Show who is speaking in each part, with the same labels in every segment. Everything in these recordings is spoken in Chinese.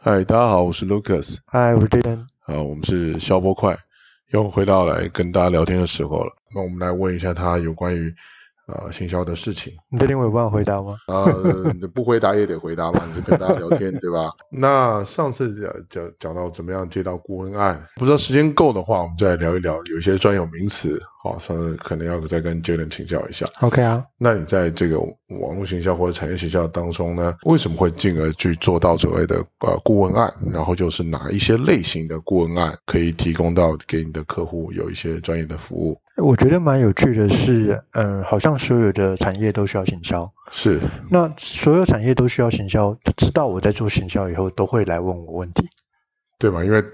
Speaker 1: 嗨，大家好，我是 Lucas。
Speaker 2: 哎嗨，我是 Jason。
Speaker 1: 啊，我们是消波快，又回到来跟大家聊天的时候了。那我们来问一下他有关于啊、呃行销的事情。
Speaker 2: 你确定我有办法回答吗？
Speaker 1: 啊、你不回答也得回答嘛，你是跟大家聊天对吧？那上次讲讲讲到怎么样接到顾问案，不知道时间够的话，我们再来聊一聊有一些专有名词。好、上次可能要再跟 Jalen 请教一下。
Speaker 2: OK 啊，
Speaker 1: 那你在这个网络行销或者产业行销当中呢，为什么会进而去做到所谓的呃顾问案？然后就是哪一些类型的顾问案可以提供到给你的客户有一些专业的服务？
Speaker 2: 我觉得蛮有趣的是，嗯，好像所有的产业都需要行销。
Speaker 1: 是
Speaker 2: 那所有产业都需要行销，知道我在做行销以后，都会来问我问题。
Speaker 1: 对吧？因为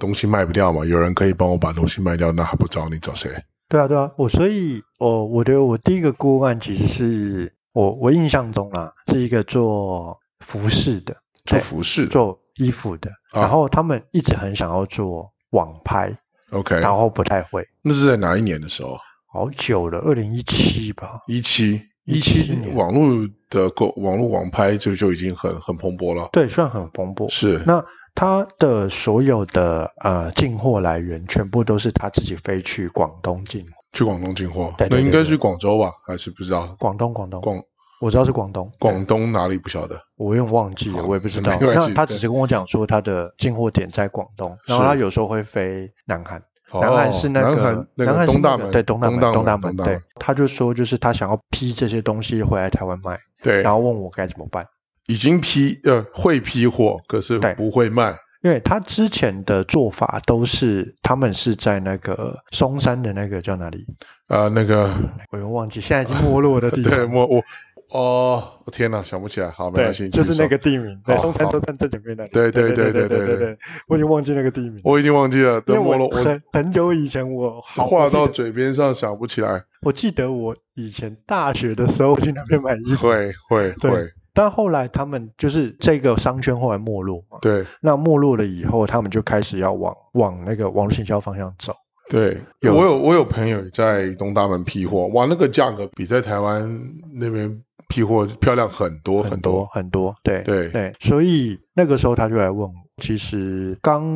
Speaker 1: 东西卖不掉嘛，有人可以帮我把东西卖掉，那还不找你找谁？
Speaker 2: 对啊，对啊，我所以，我我觉得我第一个顾问案其实是我我印象中啦，是一个做服饰的，
Speaker 1: 做
Speaker 2: 对
Speaker 1: 服饰
Speaker 2: 做衣服的，
Speaker 1: 啊
Speaker 2: 然后他们一直很想要做网拍，
Speaker 1: ，OK？
Speaker 2: 然后不太会，
Speaker 1: 那是在哪一年的时候？
Speaker 2: 好久了，二零一七吧，
Speaker 1: 一七一
Speaker 2: 17
Speaker 1: 七
Speaker 2: 年
Speaker 1: 网络的购网络网拍就就已经很很蓬勃了。
Speaker 2: 对，算很蓬勃。
Speaker 1: 是
Speaker 2: 那他的所有的呃进货来源，全部都是他自己飞去广东进货，
Speaker 1: 去广东进货，
Speaker 2: 对对
Speaker 1: 那应
Speaker 2: 对
Speaker 1: 该
Speaker 2: 对
Speaker 1: 去广州吧？还是不知道？
Speaker 2: 广东广东
Speaker 1: 广
Speaker 2: 我知道是广东，
Speaker 1: 广东哪里不晓得？
Speaker 2: 我有点忘记了，
Speaker 1: 好
Speaker 2: 我也不知道。
Speaker 1: 没关系
Speaker 2: 那他
Speaker 1: 对
Speaker 2: 只是跟我讲说他的进货点在广东，然后
Speaker 1: 是
Speaker 2: 他有时候会飞南韩，
Speaker 1: 哦
Speaker 2: 南韩是那个
Speaker 1: 南韩那
Speaker 2: 南
Speaker 1: 个
Speaker 2: 韩是
Speaker 1: 东大
Speaker 2: 那个
Speaker 1: 门，
Speaker 2: 对东大门
Speaker 1: 门，
Speaker 2: 东大
Speaker 1: 门，
Speaker 2: 门
Speaker 1: 东
Speaker 2: 对，他就说就是他想要批这些东西回来台湾卖，
Speaker 1: 对
Speaker 2: 然后问我该怎么办，
Speaker 1: 已经批呃会批货，可是
Speaker 2: 对
Speaker 1: 不会卖。
Speaker 2: 因为他之前的做法都是他们是在那个松山的那个叫哪里，
Speaker 1: 啊，那 个
Speaker 2: 我又忘记，现在已经没落的地方，
Speaker 1: 对，我我哦，我天哪，想不起来，好，没关系，
Speaker 2: 对，就
Speaker 1: 继续
Speaker 2: 是那
Speaker 1: 说
Speaker 2: 个。地名，对，
Speaker 1: 好
Speaker 2: 松山车站正前面那里。
Speaker 1: 对对
Speaker 2: 对
Speaker 1: 对对
Speaker 2: 对
Speaker 1: 对
Speaker 2: 对
Speaker 1: 对，
Speaker 2: 我已经忘记那个地名，
Speaker 1: 我已经忘记了，
Speaker 2: 因为
Speaker 1: 等我了，
Speaker 2: 很很久以前我
Speaker 1: 我
Speaker 2: 好
Speaker 1: 话
Speaker 2: 我记
Speaker 1: 到
Speaker 2: 得
Speaker 1: 嘴边上想不起来，
Speaker 2: 我记得我以前大学的时候去那边买衣服，
Speaker 1: 会会
Speaker 2: 对
Speaker 1: 会，
Speaker 2: 但后来他们就是这个商圈后来没落嘛，
Speaker 1: 对
Speaker 2: 那没落了以后，他们就开始要往往那个网络行销方向走。
Speaker 1: 对，
Speaker 2: 有
Speaker 1: 我有我有朋友在东大门批货，哇，那个价格比在台湾那边批货漂亮很多
Speaker 2: 很
Speaker 1: 多
Speaker 2: 多，很多，对
Speaker 1: 对
Speaker 2: 对，所以那个时候他就来问我，其实刚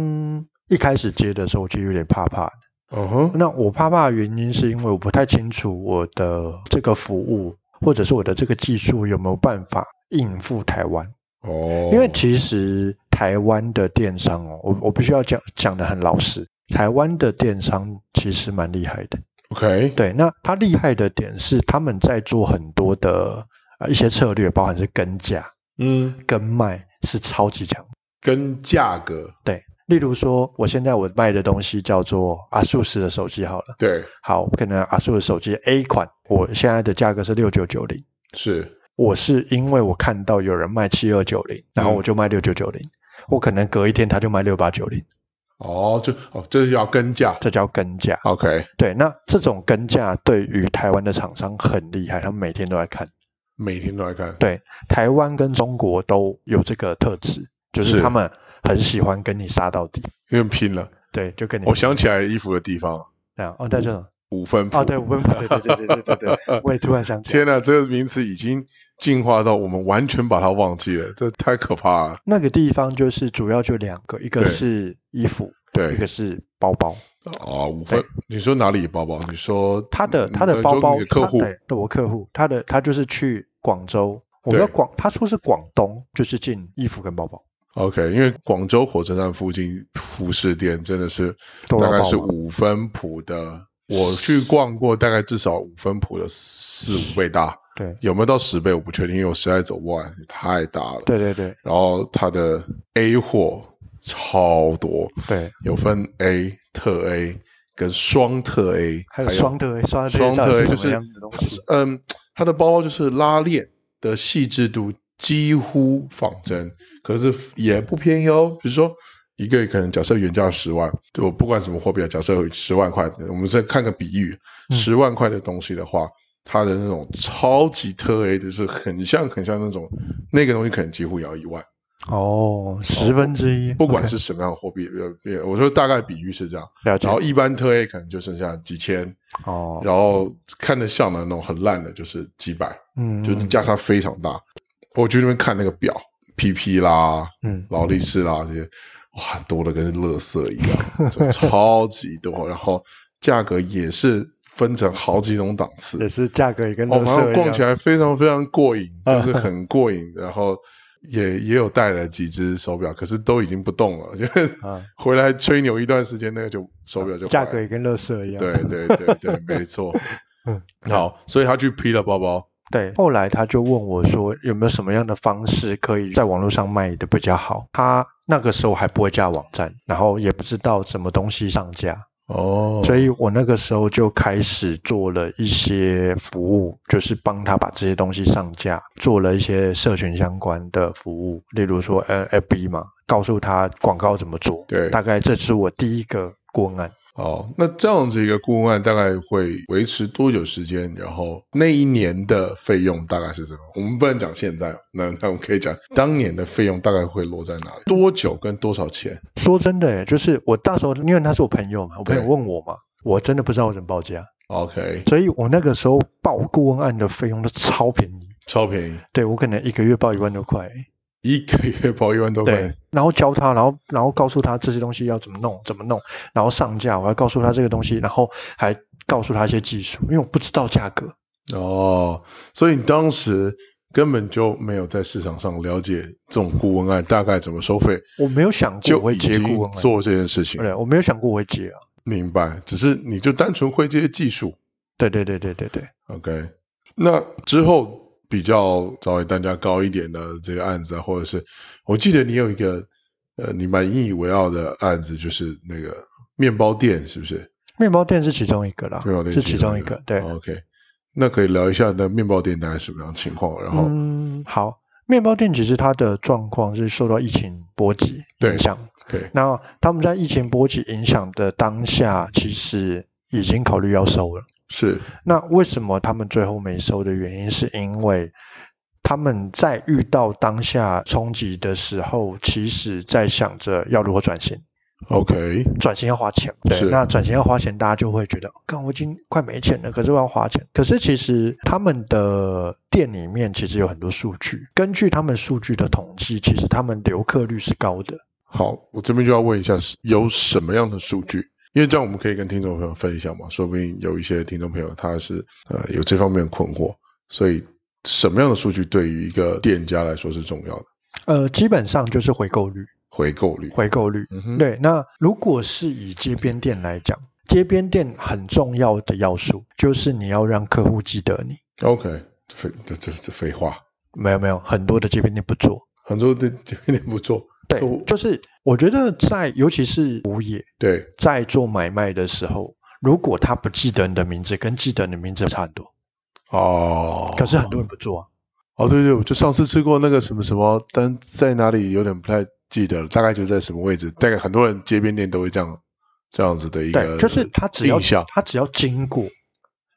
Speaker 2: 一开始接的时候，我其实有点怕怕的。
Speaker 1: 嗯哼，
Speaker 2: 那我怕怕的原因是因为我不太清楚我的这个服务或者是我的这个技术有没有办法应付台湾，
Speaker 1: 哦，
Speaker 2: 因为其实台湾的电商哦，我我必须要讲讲的很老实，台湾的电商其实蛮厉害的。
Speaker 1: OK，
Speaker 2: 对，那它厉害的点是他们在做很多的呃一些策略，包含是跟价、
Speaker 1: 嗯，
Speaker 2: 跟卖是超级强。
Speaker 1: 跟价格，
Speaker 2: 对，例如说我现在我卖的东西叫做阿素斯的手机好了。
Speaker 1: 对，
Speaker 2: 好，可能阿素的手机 A 款，我现在的价格是六九九零，
Speaker 1: 是
Speaker 2: 我是因为我看到有人卖七二九零，然后
Speaker 1: 嗯
Speaker 2: 我就卖六九九零，我可能隔一天他就卖六八九零，
Speaker 1: 哦，就哦，这是要跟价
Speaker 2: 这叫跟价。
Speaker 1: ，OK，
Speaker 2: 对，那这种跟价对于台湾的厂商很厉害，他们每天都在看。
Speaker 1: 每天都来看，
Speaker 2: 对，台湾跟中国都有这个特质，就是
Speaker 1: 是
Speaker 2: 他们很喜欢跟你杀到底。
Speaker 1: 因为拼了。
Speaker 2: 对，就跟你
Speaker 1: 我想起来衣服的地方，
Speaker 2: 这样哦，在这种
Speaker 1: 五分谱
Speaker 2: 哦，对，我问，对对对对对对对，我也突然想起来
Speaker 1: 天，哪，这个名词已经进化到我们完全把它忘记了，这太可怕了。
Speaker 2: 那个地方就是主要就两个，一个
Speaker 1: 对
Speaker 2: 是衣服，一
Speaker 1: 对
Speaker 2: 个是包包。
Speaker 1: 啊，五分，你说哪里包包？你说
Speaker 2: 他的
Speaker 1: 嗯
Speaker 2: 他的
Speaker 1: 你
Speaker 2: 包
Speaker 1: 说
Speaker 2: 包，
Speaker 1: 你的客户
Speaker 2: 他对对我客户，他的他就是去广州，我们
Speaker 1: 对
Speaker 2: 要广，他说是广东，就是进衣服跟包包，
Speaker 1: OK，因为广州火车站附近服饰店真的是
Speaker 2: 都要
Speaker 1: 大概是
Speaker 2: 爆满
Speaker 1: 五分埔的，我去逛过，大概至少五分埔的四五倍大，
Speaker 2: 对
Speaker 1: 有没有到十倍我不确定，因为我实在走不完，太大了。
Speaker 2: 对对对
Speaker 1: 然后它的 A 货超多，
Speaker 2: 对，
Speaker 1: 有分 A 特 A 跟双特 A，
Speaker 2: 还有双特 A 双特 A
Speaker 1: 双特 A
Speaker 2: 到底
Speaker 1: 就是
Speaker 2: 什么
Speaker 1: 是
Speaker 2: 样子的东 西？
Speaker 1: 嗯，它的包包就是拉链的细致度几乎仿真，可是也不便宜哦。比如说一个可能假设原价十万，就我不管什么货币啊，假设十万块，我们再看个比喻，
Speaker 2: 嗯
Speaker 1: 十万块的东西的话。它的那种超级特 A，就是很像很像那种那个东西，可能几乎也要一万，
Speaker 2: 哦，十分之一，
Speaker 1: 不管
Speaker 2: OK，
Speaker 1: 是什么样的货币。呃，呃我说大概比喻是这样，
Speaker 2: 了解
Speaker 1: 然后一般特 A 可能就剩下几千，
Speaker 2: 哦，
Speaker 1: 然后看得像的那种很烂的，就是几百。
Speaker 2: 嗯，
Speaker 1: 就是价差非常大。我去那边看那个表， PP 啦、
Speaker 2: 嗯，
Speaker 1: 劳力士啦这些，哇，多的跟垃圾一样， 就超级多。然后价格也是分成好几种档次，
Speaker 2: 也是价格也跟
Speaker 1: 哦，
Speaker 2: 乐
Speaker 1: 反
Speaker 2: 色
Speaker 1: 正
Speaker 2: 一
Speaker 1: 逛起
Speaker 2: 样。
Speaker 1: 来非常非常过瘾，
Speaker 2: 嗯
Speaker 1: 就是 很过瘾。然后也也有带了几只手表，可是都已经不动了， 就是
Speaker 2: 啊
Speaker 1: 回来吹牛一段时间，那个就手表就坏
Speaker 2: 价
Speaker 1: 了
Speaker 2: 格也跟乐色一样。
Speaker 1: 对 对对对，没错。
Speaker 2: 嗯，
Speaker 1: 好，所以他去批了包包，
Speaker 2: 对，后来他就问我说，有没有什么样的方式可以在网络上卖的比较好？他那个时候还不会架网站，然后也不知道什么东西上架，
Speaker 1: 哦，
Speaker 2: 所以我那个时候就开始做了一些服务，就是帮他把这些东西上架，做了一些社群相关的服务，例如说 N F B 嘛，告诉他广告怎么做。
Speaker 1: 对
Speaker 2: 大概这是我第一个顾问案。
Speaker 1: 哦，那这样子一个顾问案大概会维持多久时间？然后那一年的费用大概是什么？我们不能讲现在，哦那那我们可以讲当年的费用大概会落在哪里？多久跟多少钱？
Speaker 2: 说真的耶，就是我那时候因为他是我朋友嘛，我朋友
Speaker 1: 对
Speaker 2: 问我嘛，我真的不知道我怎么报价。
Speaker 1: OK，
Speaker 2: 所以我那个时候报顾问案的费用都超便宜，
Speaker 1: 超便宜，
Speaker 2: 对我可能一个月报一万多块，
Speaker 1: 一个月包一万多块
Speaker 2: 对，，然后教他，然后然后告诉他这些东西要怎么弄，怎么弄，然后上架，我还告诉他这个东西，然后还告诉他一些技术，因为我不知道价格，
Speaker 1: 哦，所以你当时根本就没有在市场上了解这种顾问案大概怎么收费，
Speaker 2: 我没有想过我
Speaker 1: 就
Speaker 2: 会
Speaker 1: 已
Speaker 2: 接
Speaker 1: 经
Speaker 2: 顾问案，
Speaker 1: 做这件事情，
Speaker 2: 对，我没有想过我会接啊，
Speaker 1: 明白？只是你就单纯会这些技术
Speaker 2: 对对对对对对，
Speaker 1: ，OK？那之后比较稍微单价高一点的这个案子啊，或者是我记得你有一个呃，你蛮引以为傲的案子，就是那个面包店，是不是？
Speaker 2: 面包店是其中一个啦，
Speaker 1: 面包店
Speaker 2: 是其中一个，对，
Speaker 1: ，OK。那可以聊一下那面包店大概什么样的情况，然后、
Speaker 2: 嗯，好，面包店其实它的状况是受到疫情波及
Speaker 1: 对
Speaker 2: 影响，
Speaker 1: 对
Speaker 2: 那他们在疫情波及影响的当下，其实已经考虑要收了。
Speaker 1: 是
Speaker 2: 那为什么他们最后没收的原因，是因为他们在遇到当下冲击的时候，其实在想着要如何转型。
Speaker 1: OK，
Speaker 2: 转型要花钱，对
Speaker 1: 是，
Speaker 2: 那转型要花钱，大家就会觉得，哦干、我已经快没钱了，可是我要花钱。可是其实他们的店里面其实有很多数据，根据他们数据的统计，其实他们留客率是高的。
Speaker 1: 好，我这边就要问一下，有什么样的数据？因为这样我们可以跟听众朋友分享嘛，说不定有一些听众朋友他是呃有这方面的困惑，所以什么样的数据对于一个店家来说是重要的？
Speaker 2: 呃，基本上就是回购率，
Speaker 1: 回购率，
Speaker 2: 回购率。
Speaker 1: 嗯哼，，
Speaker 2: 对，那如果是以街边店来讲，街边店很重要的要素就是你要让客户记得你。
Speaker 1: ，OK，废这这这废话，
Speaker 2: 没有没有，很多的街边店不做。
Speaker 1: 杭州的这边不错，
Speaker 2: 对
Speaker 1: 都，
Speaker 2: 就是我觉得在尤其是服务业
Speaker 1: 对，
Speaker 2: 在做买卖的时候，如果他不记得你的名字，跟记得你的名字差很多。
Speaker 1: 哦，
Speaker 2: 可是很多人不做啊。
Speaker 1: 哦，对对，我就上次吃过那个什么什么，但在哪里有点不太记得了，大概就在什么位置，大概很多人街边店都会这样这样子的一个
Speaker 2: 对，就是他只要
Speaker 1: 印象
Speaker 2: 他只要经过，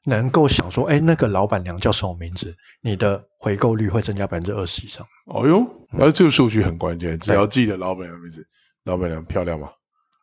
Speaker 2: 能够想说，哎，那个老板娘叫什么名字，你的回购率会增加百分之二十以上。
Speaker 1: 哦哟，
Speaker 2: 嗯
Speaker 1: 而这个数据很关键，只要记得老板娘名字，老板娘漂亮吗？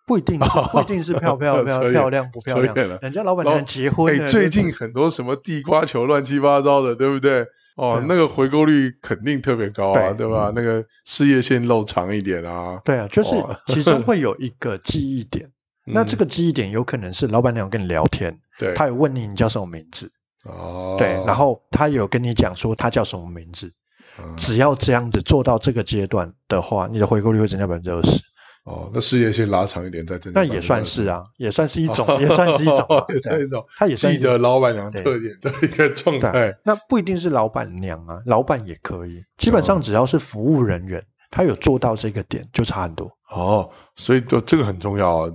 Speaker 2: 不一定，不一 定
Speaker 1: 哦
Speaker 2: 是漂漂
Speaker 1: 扯
Speaker 2: 漂
Speaker 1: 远
Speaker 2: 漂亮不漂亮
Speaker 1: 扯远了，
Speaker 2: 人家老板
Speaker 1: 老
Speaker 2: 娘结婚
Speaker 1: 哎，
Speaker 2: 了，
Speaker 1: 最近很多什么地瓜球乱七八糟的，对不对？哦
Speaker 2: 对，
Speaker 1: 那个回购率肯定特别高啊，
Speaker 2: 对嗯
Speaker 1: 对吧？那个事业线漏长一点啊。
Speaker 2: 对啊，就是
Speaker 1: 哦
Speaker 2: 其中会有一个记忆 点，那这
Speaker 1: 个
Speaker 2: 个记忆点有可能是老板娘跟你聊天，
Speaker 1: 嗯对
Speaker 2: 她有问你你叫什么名字，
Speaker 1: 哦，
Speaker 2: 对，然后她有跟你讲说她叫什么名字，
Speaker 1: 嗯
Speaker 2: 只要这样子做到这个阶段的话，你的回购率会增加百分之二十，
Speaker 1: 哦，那事业线拉长一点再增加
Speaker 2: 那
Speaker 1: 百分之二十，，
Speaker 2: 也算是啊，也算是一种，也算是一种啊
Speaker 1: 也算
Speaker 2: 对
Speaker 1: 一
Speaker 2: 啊
Speaker 1: 种。
Speaker 2: 她也算
Speaker 1: 记
Speaker 2: 是一种
Speaker 1: 得老板娘
Speaker 2: 对
Speaker 1: 特点的一个状态
Speaker 2: 对，那不一定是老板娘啊，老板也可以，基本
Speaker 1: 嗯
Speaker 2: 上只要是服务人员，他有做到这个点就差很多。
Speaker 1: 哦，所以这这个很重要啊，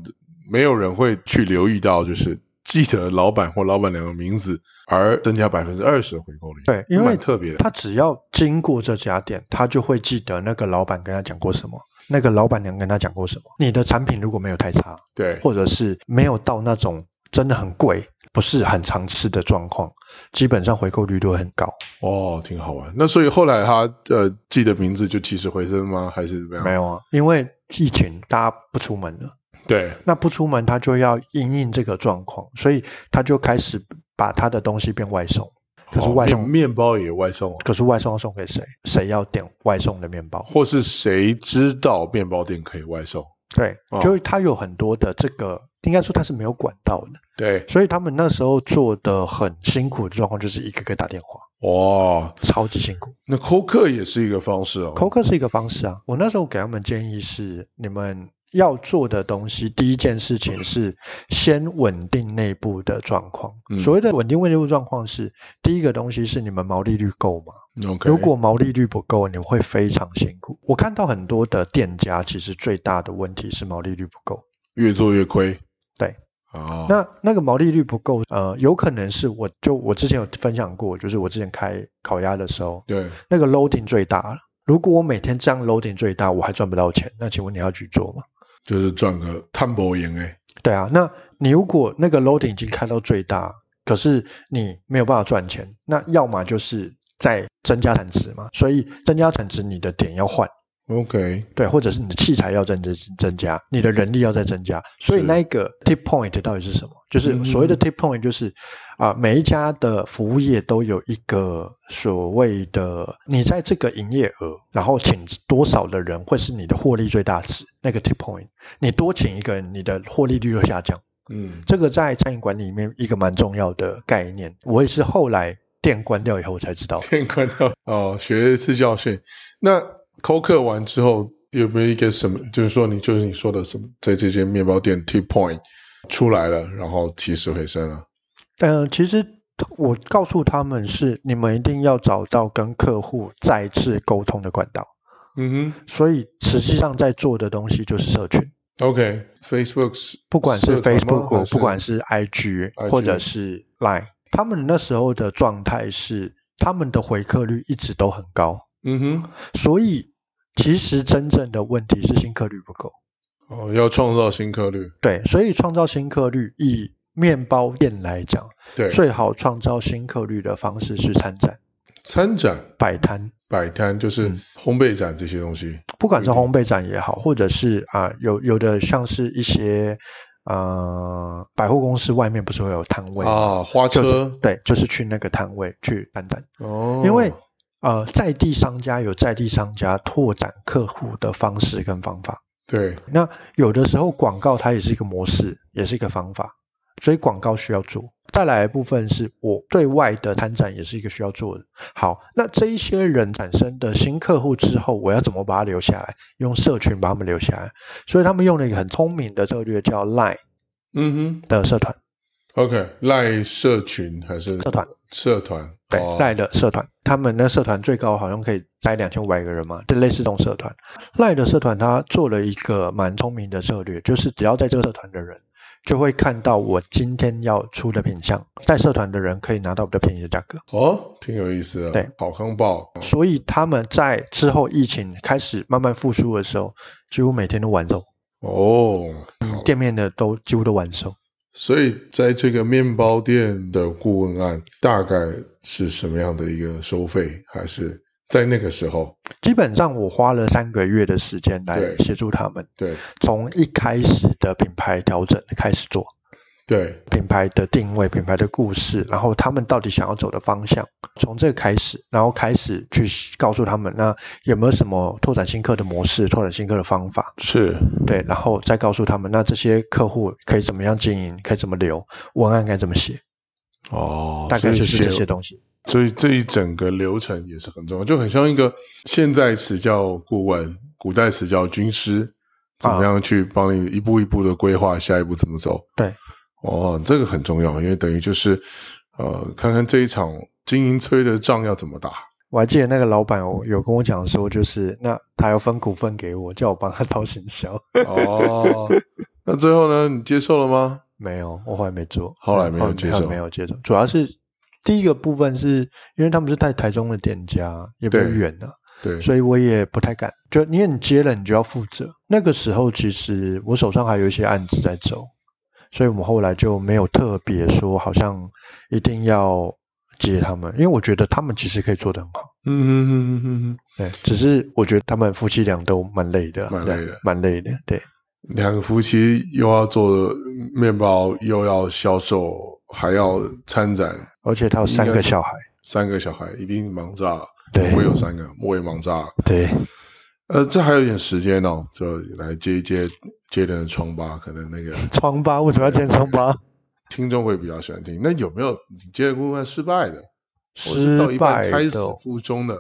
Speaker 1: 没有人会去留意到，就是记得老板或老板娘的名字，而增加百分之二十的回购率，
Speaker 2: 对因为
Speaker 1: 蛮特别的。
Speaker 2: 他只要经过这家店，他就会记得那个老板跟他讲过什么，那个老板娘跟他讲过什么。你的产品如果没有太差，
Speaker 1: 对，
Speaker 2: 或者是没有到那种真的很贵、不是很常吃的状况，基本上回购率都会很高。
Speaker 1: 哦，挺好玩。那所以后来他呃记得名字就起死回生吗？还是怎么样？
Speaker 2: 没有啊，因为疫情大家不出门了，
Speaker 1: 对，
Speaker 2: 那不出门他就要因应这个状况，所以他就开始把他的东西变外送。可是外
Speaker 1: 哦面
Speaker 2: 送，
Speaker 1: 面包也外送啊，
Speaker 2: 可是外送要送给谁？谁要点外送的面包？
Speaker 1: 或是谁知道面包店可以外送？
Speaker 2: 对
Speaker 1: 哦，
Speaker 2: 就是它有很多的这个，应该说它是没有管道的，
Speaker 1: 对，
Speaker 2: 所以他们那时候做的很辛苦的状况就是一个个打电话，
Speaker 1: 哇，
Speaker 2: 超级辛苦。
Speaker 1: 哦那扣客也是一个方式哦。
Speaker 2: 口渴是一个方式啊。我那时候给他们建议是，你们要做的东西，第一件事情是先稳定内部的状况。
Speaker 1: 嗯
Speaker 2: 所谓的稳定内部状况是，第一个东西是你们毛利率够吗？
Speaker 1: OK，
Speaker 2: 如果毛利率不够，你们会非常辛苦。我看到很多的店家，其实最大的问题是毛利率不够。
Speaker 1: 越做越亏，
Speaker 2: 对
Speaker 1: 啊，
Speaker 2: 那那个毛利率不够，呃，有可能是我就我之前有分享过，就是我之前开烤鸭的时候，
Speaker 1: 对
Speaker 2: 那个 loading 最大了。如果我每天这样 loading 最大，我还赚不到钱，那请问你要去做吗？
Speaker 1: 就是赚个探博赢哎，
Speaker 2: 对啊，那你如果那个 loading 已经开到最大，可是你没有办法赚钱，那要么就是在增加产值嘛，所以增加产值你的点要换，
Speaker 1: OK，
Speaker 2: 对，或者是你的器材要增增增加，你的人力要再增加，所以
Speaker 1: 是
Speaker 2: 那一个 tip point 到底是什么？就是所谓的
Speaker 1: 嗯
Speaker 2: tip point，就是啊、每一家的服务业都有一个所谓的你在这个营业额，然后请多少的人会是你的获利最大值，那个 tip point，你多请一个人，你的获利率就下降。
Speaker 1: 嗯，
Speaker 2: 这个在餐饮管理里面一个蛮重要的概念，我也是后来店关掉以后我才知道。
Speaker 1: 天看到哦，学一次教训。那扣客完之后有没有一个什么，就是说你就是你说的什么，在这间面包店 T point 出来了，然后起死回生了，
Speaker 2: 嗯、其实我告诉他们是，你们一定要找到跟客户再次沟通的管道。
Speaker 1: 嗯哼
Speaker 2: 所以实际上在做的东西就是社群，
Speaker 1: ，OK，Facebook
Speaker 2: 不管是
Speaker 1: 社团吗还
Speaker 2: Facebook，
Speaker 1: 是
Speaker 2: 不管是 IG
Speaker 1: IG
Speaker 2: 或者是 Line，他们那时候的状态是，他们的回客率一直都很高，
Speaker 1: 嗯哼，
Speaker 2: 所以其实真正的问题是新客率不够。
Speaker 1: 哦，要创造新客率，
Speaker 2: 对，所以创造新客率，以面包店来讲，
Speaker 1: 对，
Speaker 2: 最好创造新客率的方式是参展、
Speaker 1: 参展、
Speaker 2: 摆摊，
Speaker 1: 摆摊就是
Speaker 2: 嗯
Speaker 1: 烘焙展这些东西，
Speaker 2: 不管是烘焙展也好，或者是啊、有有的像是一些呃百货公司外面不是会有摊位吗
Speaker 1: 啊，花
Speaker 2: 就
Speaker 1: 车
Speaker 2: 对，就是去那个摊位去参展，
Speaker 1: 哦，
Speaker 2: 因为呃在地商家有在地商家拓展客户的方式跟方法。
Speaker 1: 对
Speaker 2: 那有的时候广告它也是一个模式，也是一个方法，所以广告需要做。再来的部分是我对外的参展也是一个需要做的。好，那这一些人产生的新客户之后，我要怎么把他留下来？用社群把他们留下来，所以他们用了一个很聪明的策略，叫 Line
Speaker 1: 嗯
Speaker 2: 的社团，
Speaker 1: 哼，OK，赖社群还是
Speaker 2: 社团
Speaker 1: 社团，
Speaker 2: 对、
Speaker 1: 哦
Speaker 2: Line 的社团，他们那社团最高好像可以待两千五百个人嘛，就类似这种社团。Line 的社团他做了一个蛮聪明的策略，就是只要在这个社团的人。就会看到我今天要出的品相，在社团的人可以拿到比较便宜的价格，
Speaker 1: 哦，挺有意思的，
Speaker 2: 对，
Speaker 1: 好康报，
Speaker 2: 所以他们在之后疫情开始慢慢复苏的时候，几乎每天都完售，
Speaker 1: 哦，
Speaker 2: 店嗯面的都几乎都完售。
Speaker 1: 所以在这个面包店的顾问案大概是什么样的一个收费，还是在那个时候？
Speaker 2: 基本上我花了三个月的时间来
Speaker 1: 对
Speaker 2: 协助他们，
Speaker 1: 对
Speaker 2: 从一开始的品牌调整开始做，
Speaker 1: 对，
Speaker 2: 品牌的定位、品牌的故事，然后他们到底想要走的方向，从这个开始，然后开始去告诉他们，那有没有什么拓展新客的模式、拓展新客的方法，
Speaker 1: 是
Speaker 2: 对，然后再告诉他们，那这些客户可以怎么样经营，可以怎么留，文案该怎么写，
Speaker 1: 哦
Speaker 2: 大概就是这些
Speaker 1: 的。
Speaker 2: 东西。
Speaker 1: 所以这一整个流程也是很重要，就很像一个现在词叫顾问，古代词叫军师，怎
Speaker 2: 啊
Speaker 1: 么样去帮你一步一步的规划下一步怎么走？
Speaker 2: 对，
Speaker 1: 哦，这个很重要，因为等于就是呃，看看这一场经营催的仗要怎么打。
Speaker 2: 我还记得那个老板有跟我讲说，就是那他要分股份给我，叫我帮他 掏行销。
Speaker 1: 哦，那最后呢？你接受了吗？
Speaker 2: 没有，我后来没做，
Speaker 1: 后来没有接受
Speaker 2: 后哦来没有接受，主要是第一个部分是因为他们是在台中的店家，也不
Speaker 1: 对
Speaker 2: 远啊，
Speaker 1: 对，
Speaker 2: 所以我也不太敢。就因为你接了，你就要负责。那个时候其实我手上还有一些案子在走，所以我们后来就没有特别说好像一定要接他们，因为我觉得他们其实可以做得很好。
Speaker 1: 嗯嗯嗯嗯嗯，
Speaker 2: 对，只是我觉得他们夫妻俩都蛮累的啊，
Speaker 1: 蛮累的
Speaker 2: 蛮累的。对，
Speaker 1: 两个夫妻又要做面包，又要销售，还要参展，
Speaker 2: 而且他有三
Speaker 1: 应该
Speaker 2: 个
Speaker 1: 是
Speaker 2: 小孩，
Speaker 1: 三个小孩一定忙炸，
Speaker 2: 对
Speaker 1: 我也有三个，我也忙炸。
Speaker 2: 对，
Speaker 1: 呃，这还有一点时间哦，就来接一接接点疮疤，可能那 个
Speaker 2: 疮疤为什么要建疮 疤？
Speaker 1: 听众会比较喜欢听。那有没有你接的顾问失败的？我是到
Speaker 2: 失
Speaker 1: 一半
Speaker 2: 败的哦
Speaker 1: 胎死腹中的，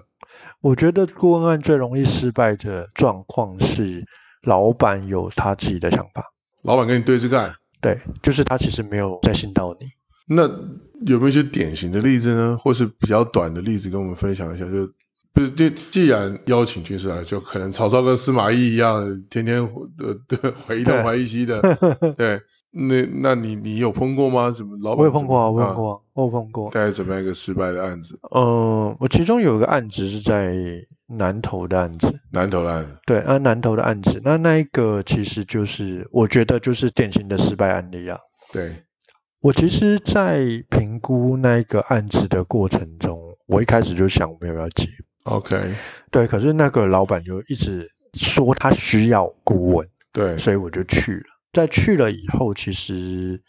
Speaker 2: 我觉得顾问案最容易失败的状况是，老板有他自己的想法，
Speaker 1: 老板跟你对着干。
Speaker 2: 对，就是他其实没有在信到你。
Speaker 1: 那有没有一些典型的例子呢，或是比较短的例子跟我们分享一下？就不是，就既然邀请军师来，就可能曹操跟司马懿一样，天天呃对怀疑东怀疑 西的，对。那那你你有碰过吗？怎么老板
Speaker 2: 我有碰过啊，
Speaker 1: 怎
Speaker 2: 我
Speaker 1: 么
Speaker 2: 有碰，过啊，我有碰过
Speaker 1: 啊。大概怎么样一个失败的案子？
Speaker 2: 嗯，我其中有一个案子是在南投的案子，
Speaker 1: 南投的案子，
Speaker 2: 对，啊，南投的案子，那那一个其实就是我觉得就是典型的失败案例啊。
Speaker 1: 对，
Speaker 2: 我其实，在评估那一个案子的过程中，我一开始就想我没有要接，
Speaker 1: OK，
Speaker 2: 对，可是那个老板就一直说他需要顾问，
Speaker 1: 对，
Speaker 2: 所以我就去了。在去了以后，其实，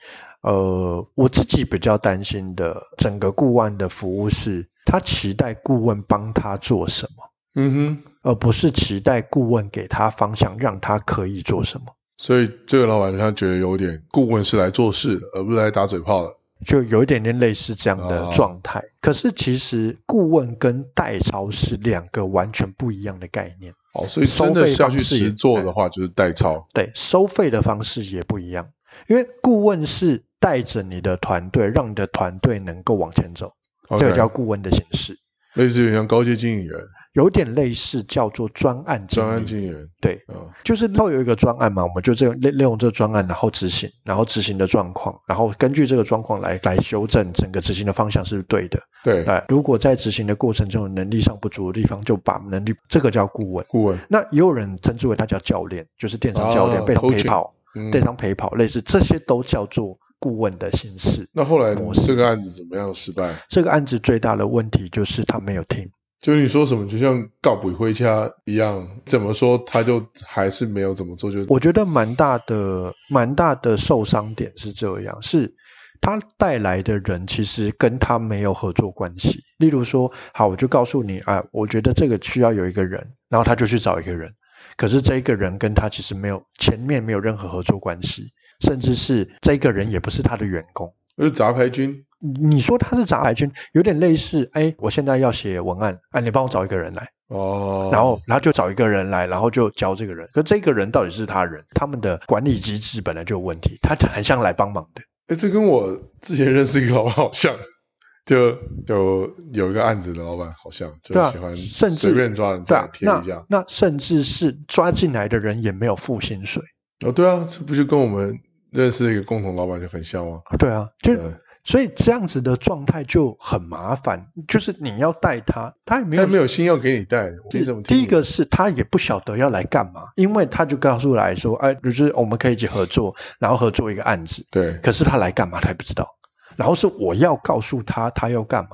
Speaker 2: 呃，我自己比较担心的整个顾问的服务是，他期待顾问帮他做什么，
Speaker 1: 嗯哼，
Speaker 2: 而不是期待顾问给他方向，让他可以做什么。
Speaker 1: 所以这个老板他觉得有点顾问是来做事的，而不是来打嘴炮的。
Speaker 2: 就有一点点类似这样的
Speaker 1: 哦
Speaker 2: 状态，可是其实顾问跟代操是两个完全不一样的概念，
Speaker 1: 哦，所以真的下去实做的话，就是代操。
Speaker 2: 对，收费的方式也不一样，因为顾问是带着你的团队，让你的团队能够往前走，这
Speaker 1: OK，
Speaker 2: 个叫顾问的形式，
Speaker 1: 类似于像高阶经理人、
Speaker 2: 有点类似叫做专案经
Speaker 1: 专案
Speaker 2: 理，
Speaker 1: 经理人
Speaker 2: 对，
Speaker 1: 啊，
Speaker 2: 就是都有一个专案嘛，我们就这利利用这专案，然后执行，然后执行的状况，然后根据这个状况来来修正整个执行的方向是不是对的。
Speaker 1: 对，
Speaker 2: 对，如果在执行的过程中有能力上不足的地方，就把能力这个叫顾问。
Speaker 1: 顾问，
Speaker 2: 那也有人称之为他叫教练，就是电商教练、
Speaker 1: 啊
Speaker 2: 被动陪
Speaker 1: coaching
Speaker 2: 跑、
Speaker 1: 嗯
Speaker 2: 电商陪跑，类似这些都叫做顾问的形式。
Speaker 1: 那后来这个案子怎么样失败？
Speaker 2: 这个案子最大的问题就是他没有听，
Speaker 1: 就是你说什么，就像告鬼回家一样，怎么说他就还是没有怎么做，就
Speaker 2: 我觉得蛮大的、蛮大的受伤点是这样，是他带来的人其实跟他没有合作关系。例如说，好，我就告诉你啊，我觉得这个需要有一个人，然后他就去找一个人，可是这个人跟他其实没有前面没有任何合作关系，甚至是这个人也不是他的员工。
Speaker 1: 就是杂牌军，
Speaker 2: 你说他是杂牌军，有点类似，哎，我现在要写文案，哎、你帮我找一个人来。
Speaker 1: 哦，
Speaker 2: 然后他就找一个人来，然后就教这个人。可这个人到底是他人，他们的管理机制本来就有问题，他很像来帮忙的。
Speaker 1: 哎，这跟我之前认识一个老板好像， 就就有一个案子的老板好像，就
Speaker 2: 对啊
Speaker 1: 喜欢
Speaker 2: 甚至
Speaker 1: 随便抓人
Speaker 2: 对
Speaker 1: 再
Speaker 2: 啊，
Speaker 1: 贴
Speaker 2: 那
Speaker 1: 一下。
Speaker 2: 那甚至是抓进来的人也没有付薪水。
Speaker 1: 哦，对啊，这不就跟我们认识的一个共同老板就很像吗？呃
Speaker 2: 对啊，就
Speaker 1: 对，
Speaker 2: 所以这样子的状态就很麻烦，就是你要带他，他也没
Speaker 1: 他
Speaker 2: 有
Speaker 1: 没有心要给你带，你怎么听
Speaker 2: 第一个是他也不晓得要来干嘛，因为他就告诉来说，哎，就是我们可以一起合作，然后合作一个案子。
Speaker 1: 对
Speaker 2: 可是他来干嘛？他也不知道。然后是我要告诉他他要干嘛，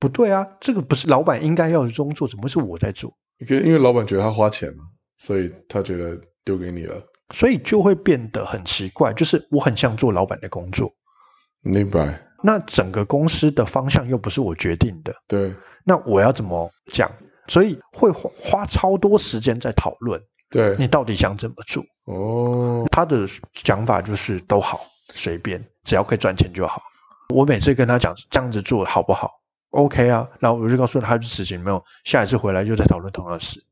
Speaker 2: 不对啊，这个不是老板应该要的工作，怎么会是我在做？
Speaker 1: 因为因为老板觉得他花钱嘛，所以他觉得丢给你了。
Speaker 2: 所以就会变得很奇怪，就是我很像做老板的工作，
Speaker 1: 明白？
Speaker 2: 那整个公司的方向又不是我决定的，
Speaker 1: 对
Speaker 2: 那我要怎么讲？所以会花花超多时间在讨论你
Speaker 1: 对，
Speaker 2: 到底想怎么做。
Speaker 1: 哦，
Speaker 2: 他的讲法就是都好，随便，只要可以赚钱就好。我每次跟他讲这样子做好不好，OK 啊，然后我就告诉他他去执行没有，下一次回来又在讨论同样的事。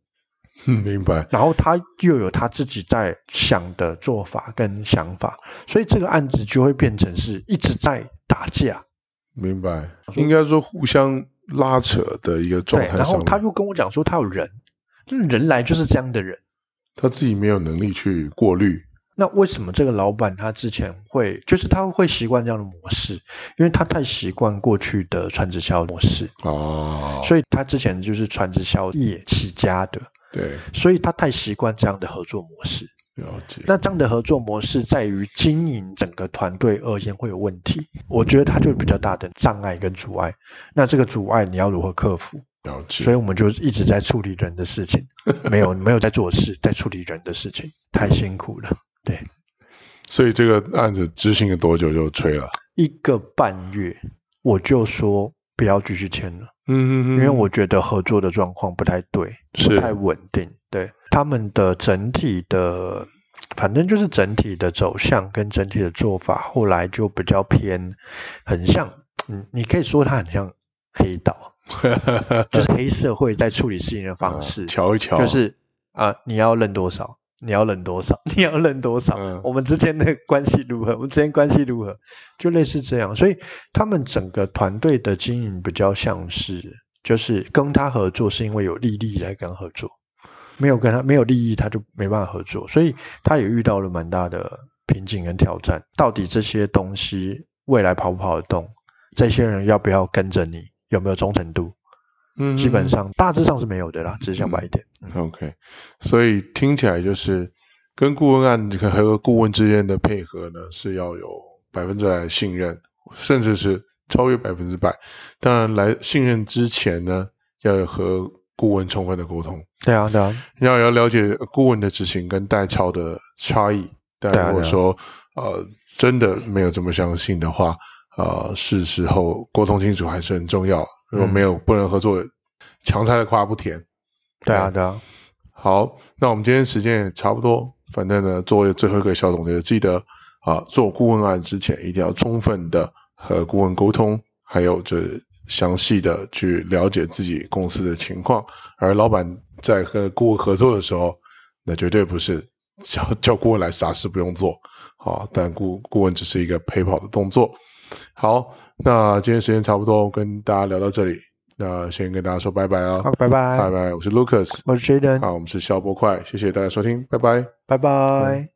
Speaker 1: 嗯明白。
Speaker 2: 然后他又有他自己在想的做法跟想法，所以这个案子就会变成是一直在打架。
Speaker 1: 明白，应该说互相拉扯的一个状
Speaker 2: 对，
Speaker 1: 态
Speaker 2: 然
Speaker 1: 上
Speaker 2: 后
Speaker 1: 面，
Speaker 2: 他又跟我讲说他有人，那人来就是这样的人。
Speaker 1: 他自己没有能力去过滤，
Speaker 2: 那为什么这个老板他之前会，就是他会习惯这样的模式？因为他太习惯过去的传直销模式，
Speaker 1: 哦，
Speaker 2: 所以他之前就是传直销业起家的，
Speaker 1: 对，
Speaker 2: 所以他太习惯这样的合作模式。
Speaker 1: 了解。
Speaker 2: 那这样的合作模式在于经营整个团队而言会有问题，我觉得它就有比较大的障碍跟阻碍。那这个阻碍你要如何克服？
Speaker 1: 了解
Speaker 2: 所以我们就一直在处理人的事情，没有没有在做事，在处理人的事情，太辛苦了。
Speaker 1: 所以这个案子执行了多久就吹了？
Speaker 2: 一个半月，我就说不要继续签了，
Speaker 1: 嗯嗯嗯，
Speaker 2: 因为我觉得合作的状况不太对，
Speaker 1: 是
Speaker 2: 不太稳定。对他们的整体的，反正就是整体的走向跟整体的做法，后来就比较偏，很像，嗯，你可以说它很像黑 道，就是黑社会在处理事情的方式，
Speaker 1: 哦瞧一瞧，
Speaker 2: 就是啊、你要认多少，你要认多少，你要认多少，
Speaker 1: 嗯
Speaker 2: 我们之间的关系如何，我们之间关系如何，就类似这样。所以他们整个团队的经营比较像是，就是跟他合作是因为有利益来跟他合作，没有跟他没有利益他就没办法合作，所以他也遇到了蛮大的瓶颈跟挑战。到底这些东西未来跑不跑得动？这些人要不要跟着你？有没有忠诚度？
Speaker 1: 嗯
Speaker 2: 基本上大致上是没有的啦，只是想白一点。嗯
Speaker 1: OK，所以听起来就是跟顾问案和顾问之间的配合呢，是要有百分之百的信任，甚至是超越百分之百。当然，来信任之前呢，要有和顾问充分的沟通，
Speaker 2: 对啊，对啊，
Speaker 1: 要要了解顾问的执行跟代操的差异。但
Speaker 2: 对啊
Speaker 1: 如果
Speaker 2: 对啊
Speaker 1: 说呃真的没有这么相信的话，呃，是时候沟通清楚还是很重要。如果
Speaker 2: 嗯
Speaker 1: 没有不能合作，强拆的瓜不甜。
Speaker 2: 对啊，对啊，
Speaker 1: 好，那我们今天时间也差不多，反正呢，作为最后一个小总结，记得啊，做顾问案之前一定要充分的和顾问沟通，还有这详细的去了解自己公司的情况。而老板呃在和顾问合作的时候，那绝对不是叫叫顾问来啥事不用做，好，但顾顾问只是一个陪跑的动作。好，那今天时间差不多，跟大家聊到这里，那先跟大家说拜拜啊，
Speaker 2: 好，拜拜，
Speaker 1: 拜拜，我是 Lucas，
Speaker 2: 我是 Jaden，
Speaker 1: 好，我们是消波快，谢谢大家收听，拜拜。
Speaker 2: 拜拜。